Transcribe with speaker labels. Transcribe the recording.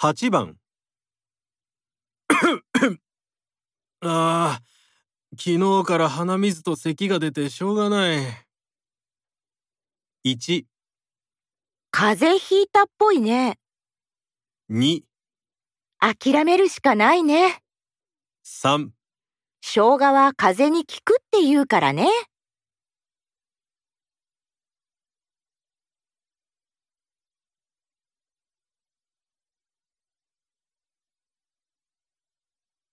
Speaker 1: 8番 ああ、昨日から鼻水と咳が出てしょうがない。1、
Speaker 2: 風邪ひいたっぽいね。
Speaker 1: 2、
Speaker 2: 諦めるしかないね。
Speaker 1: 3
Speaker 2: 生姜は風邪に効くって言うからね。